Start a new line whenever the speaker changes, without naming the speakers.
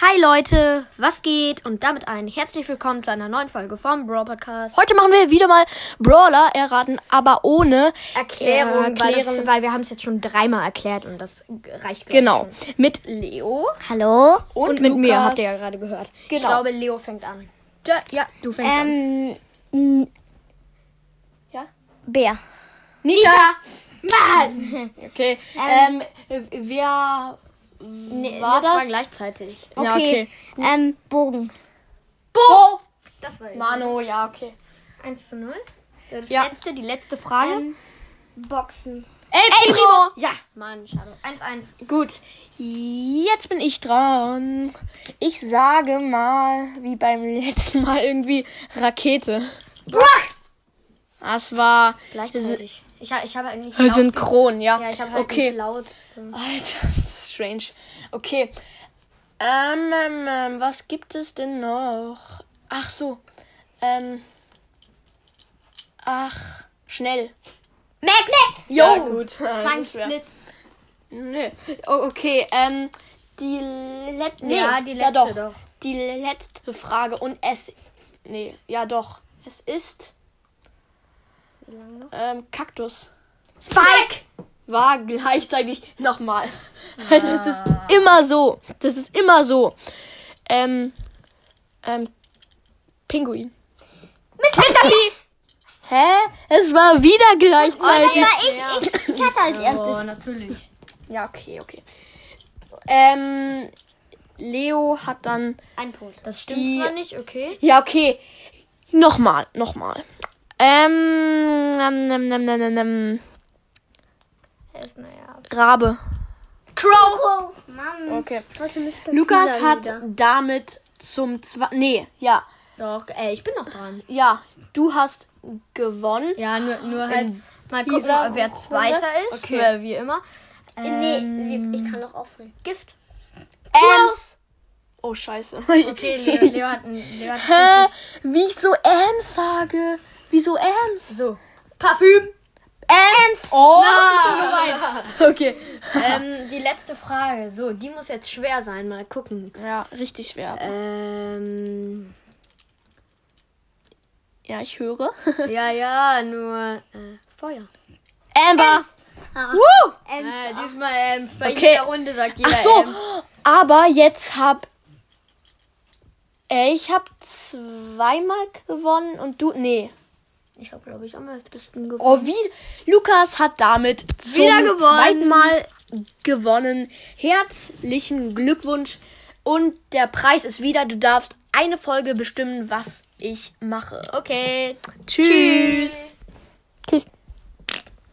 Hi Leute, was geht? Und damit ein herzlich willkommen zu einer neuen Folge vom Brawl Podcast.
Heute machen wir wieder mal Brawler erraten, aber ohne
Erklärung, Weil, das,
Erklären.
weil wir haben es jetzt schon dreimal erklärt und das reicht glaub ich,
Genau.
schon.
Mit Leo
Hallo.
und, mit mir
Lukas.
habt ihr ja gerade gehört. Genau.
Ich glaube, Leo fängt an. Ja, ja du fängst an.
Ähm,
Ja?
Bär.
Nita.
Mann!
Okay. Ähm, wer
Nee,
war
das war
das?
gleichzeitig.
Okay.
Ja, okay.
Ähm, Bogen.
Bo?
Das war
Mano, ja, okay.
1 zu 0. Das
Ja. Ähm.
letzte, die letzte Frage. Boxen.
Ey, Primo.
Ja, Mann, schade. 1-1.
Gut. Jetzt bin ich dran. Ich sage mal, wie beim letzten Mal irgendwie Rakete.
Brock!
Das war
Gleichzeitig. Ich, ha- ich habe halt nicht laut.
synchron, ja.
ja, ich habe halt
okay.
nicht laut.
Alter, das ist strange. Okay. Ähm, ähm, ähm, was gibt es denn noch? Ach so. Ähm. Ach, schnell.
Max! Max!
Jo! Ja, gut. Ja, das
Frank
ist schwer.
Blitz.
Nö. O- Okay, ähm, die letzte. Nee,
Ja, die
Ja,
letzte
doch.
doch.
Die letzte Frage und es. Nee, ja, doch. Es ist. Ähm, Kaktus.
Spike!
war gleichzeitig nochmal. Das ist immer so. Das ist immer so. Ähm, ähm, Pinguin.
Mr. P!
Hä? Es war wieder
Das
gleichzeitig.
war ich, ich, ich hatte als erstes.
natürlich.
Oh, Ja, okay, okay. Ähm, Leo hat dann.
Ein Punkt. Das stimmt
Die-
zwar nicht, okay.
Ja, okay. Nochmal, nochmal. Ähm, ähm, ähm, ähm, ähm, ähm, ähm,
Er ist, naja.
Rabe.
Crow. Oh, Mann.
Okay.
Heute müsste das
Lukas
wieder
hat
wieder.
damit zum zwei. Nee, ja.
Doch, ey, ich bin noch dran.
Ja, du hast gewonnen.
Ja, nur, nur halt. Mal gucken,
dieser
ob wer
Runde?
Zweiter ist.
Okay.
Weil, wie immer. Ähm,
Äh, Nee, wir- ich kann noch aufregen.
Gift.
Ems. Oh, scheiße.
Okay, Leo, Leo hat ein. Leo hat
Hä? Wie ich so Ems sage. Wieso Ems?
so. Parfüm.
Ems. Oh, das ist doch gemein. Okay.
ähm, die letzte Frage. So, die muss jetzt schwer sein. Mal gucken.
Ja, richtig schwer.
Ähm.
Ja, ich höre.
ja, ja, nur. Äh, Feuer.
Amber.
Ah.
Woo!
Ähm,
Äh, diesmal ähm, bei
Okay.
jeder Runde sagt jeder.
Ach so.
Ähm,
Aber jetzt hab Ey, ich hab zweimal gewonnen und du nee.
ich habe, glaube ich, am öftesten gewonnen.
Oh, wie Lukas hat damit zum
Wieder gewonnen.
zweiten Mal gewonnen. Herzlichen Glückwunsch. Und der Preis ist wieder, du darfst eine Folge bestimmen, was ich mache.
Okay.
Tschüss.
Tschüss.